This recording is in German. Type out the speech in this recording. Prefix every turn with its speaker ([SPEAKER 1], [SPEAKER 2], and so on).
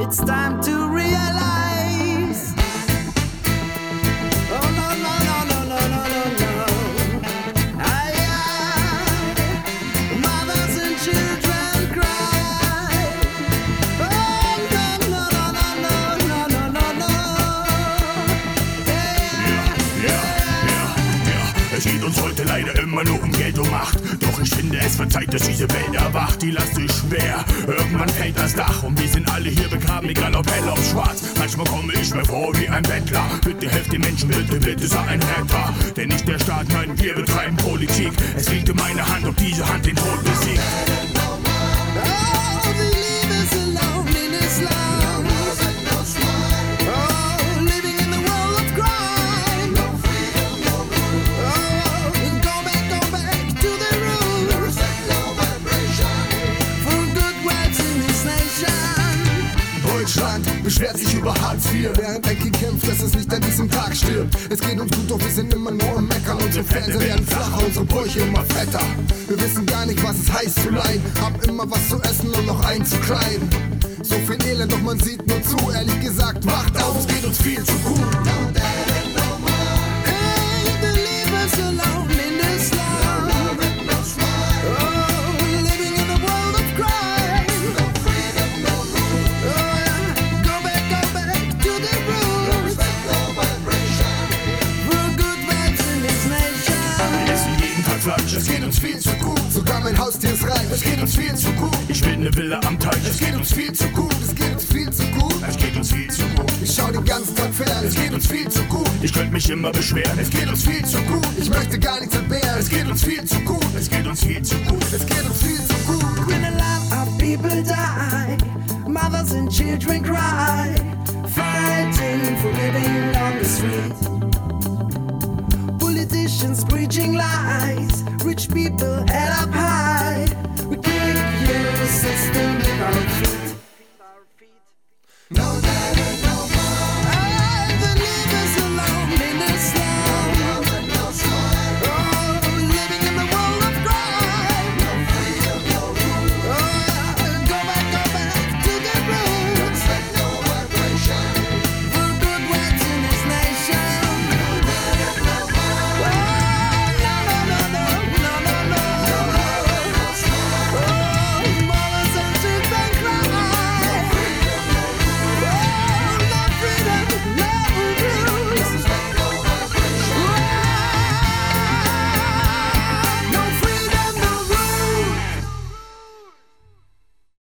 [SPEAKER 1] it's time to realize. Oh no no no no no no no no. Aye, aye. Mothers and children cry. Oh no no no no no no no no. Yeah.
[SPEAKER 2] Ja, ja, ja. Es geht uns heute leider immer nur um Geld und Macht. Doch ich finde, es wird Zeit, dass diese Welt erwacht. Die Last ist schwer, irgendwann fällt das Dach. Und wir sind alle hier begraben, egal ob hell, ob schwarz. Manchmal komme ich mir vor wie ein Bettler. Bitte helft den Menschen, bitte, bitte sei ein Retter. Denn nicht der Staat, nein, wir betreiben Politik. Es liegt in meiner Hand, ob diese Hand den Tod besiegt.
[SPEAKER 1] Oh, we live is a loneliness long. Oh, living in the world of crime. Oh, go back, go back to the roots. For good rights in this nation.
[SPEAKER 2] Deutschland beschwert sich über Hartz IV.
[SPEAKER 3] Während Enki kämpft, dass es nicht an diesem Tag stirbt. Es geht uns gut, doch wir sind immer nur am Meckern. Unsere Fernseher werden flacher, unsere Brüche immer fetter. Wir wissen gar nicht, was es heißt zu leiden. Hab immer was zu essen und noch einzukleiden. So viel Elend, doch man sieht nur zu. Ehrlich gesagt, wacht auf, es geht uns viel zu gut.
[SPEAKER 1] Hey, the livers are loneliness long. Oh, living in a world of crime. Oh, yeah. Go back, go back to the roots. For good vibes in this nation.
[SPEAKER 2] Wir essen jeden Tag Fleisch, es geht uns viel zu gut.
[SPEAKER 3] Sogar mein Haustier ist reich,
[SPEAKER 2] Es geht uns viel zu gut. Ich will eine Villa am Teich, es geht uns viel zu gut.
[SPEAKER 3] es geht uns viel zu gut.
[SPEAKER 2] Es geht uns viel zu gut.
[SPEAKER 3] Ich schau den ganzen Tag fern,
[SPEAKER 2] Es geht uns viel zu gut. Ich könnte mich immer beschweren. Es geht uns viel zu gut.
[SPEAKER 3] ich möchte gar nichts entbehren.
[SPEAKER 2] Es geht uns viel zu gut. Es geht uns viel zu gut.
[SPEAKER 3] Es geht uns viel zu gut.
[SPEAKER 1] When a lot of people die, mothers and children cry, fighting for living on the street. Politicians preaching lies, rich people head up high.